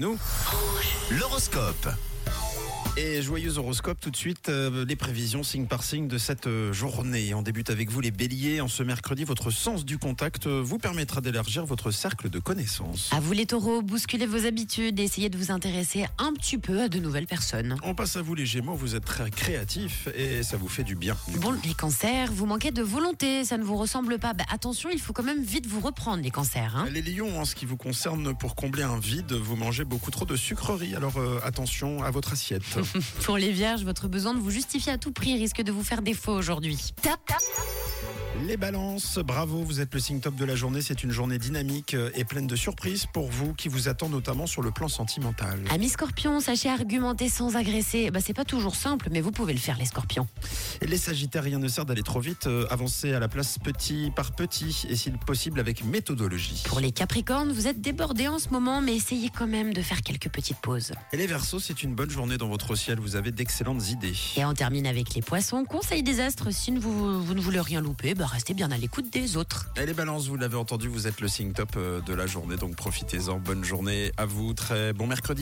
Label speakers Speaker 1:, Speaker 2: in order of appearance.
Speaker 1: Nous L'horoscope. Et joyeux horoscope tout de suite, euh, les prévisions signe par signe de cette euh, journée. On débute avec vous les béliers. En ce mercredi, votre sens du contact euh, vous permettra d'élargir votre cercle de connaissances.
Speaker 2: À vous les taureaux, bousculez vos habitudes et essayez de vous intéresser un petit peu à de nouvelles personnes.
Speaker 1: On passe à vous les gémeaux, vous êtes très créatifs et ça vous fait du bien. Du
Speaker 2: Bon,
Speaker 1: coup.
Speaker 2: les cancers, vous manquez de volonté, ça ne vous ressemble pas. Bah, attention, il faut quand même vite vous reprendre, les cancers. hein.
Speaker 1: Les lions, en ce qui vous concerne, pour combler un vide, vous mangez beaucoup trop de sucreries. Alors euh, attention à votre assiette.
Speaker 2: Pour les vierges, votre besoin de vous justifier à tout prix risque de vous faire défaut aujourd'hui. Tap, tap.
Speaker 1: Les balances, bravo, vous êtes le signe top de la journée. C'est une journée dynamique euh, et pleine de surprises pour vous qui vous attend notamment sur le plan sentimental.
Speaker 2: Amis scorpions, sachez argumenter sans agresser. Bah, c'est pas toujours simple, mais vous pouvez le faire, les scorpions.
Speaker 1: Et Les Sagittaires, rien ne sert d'aller trop vite. euh, avancez à la place petit par petit et si possible avec méthodologie.
Speaker 2: Pour les capricornes, vous êtes débordés en ce moment, mais essayez quand même de faire quelques petites pauses.
Speaker 1: Et les Verseaux, c'est une bonne journée dans votre ciel. Vous avez d'excellentes idées.
Speaker 2: Et on termine avec les poissons. Conseil des astres, si ne vous, vous ne voulez rien louper, bah, restez bien à l'écoute des autres.
Speaker 1: Et les Balances, vous l'avez entendu, vous êtes le signe top euh, de la journée. Donc profitez-en. Bonne journée à vous. Très bon mercredi.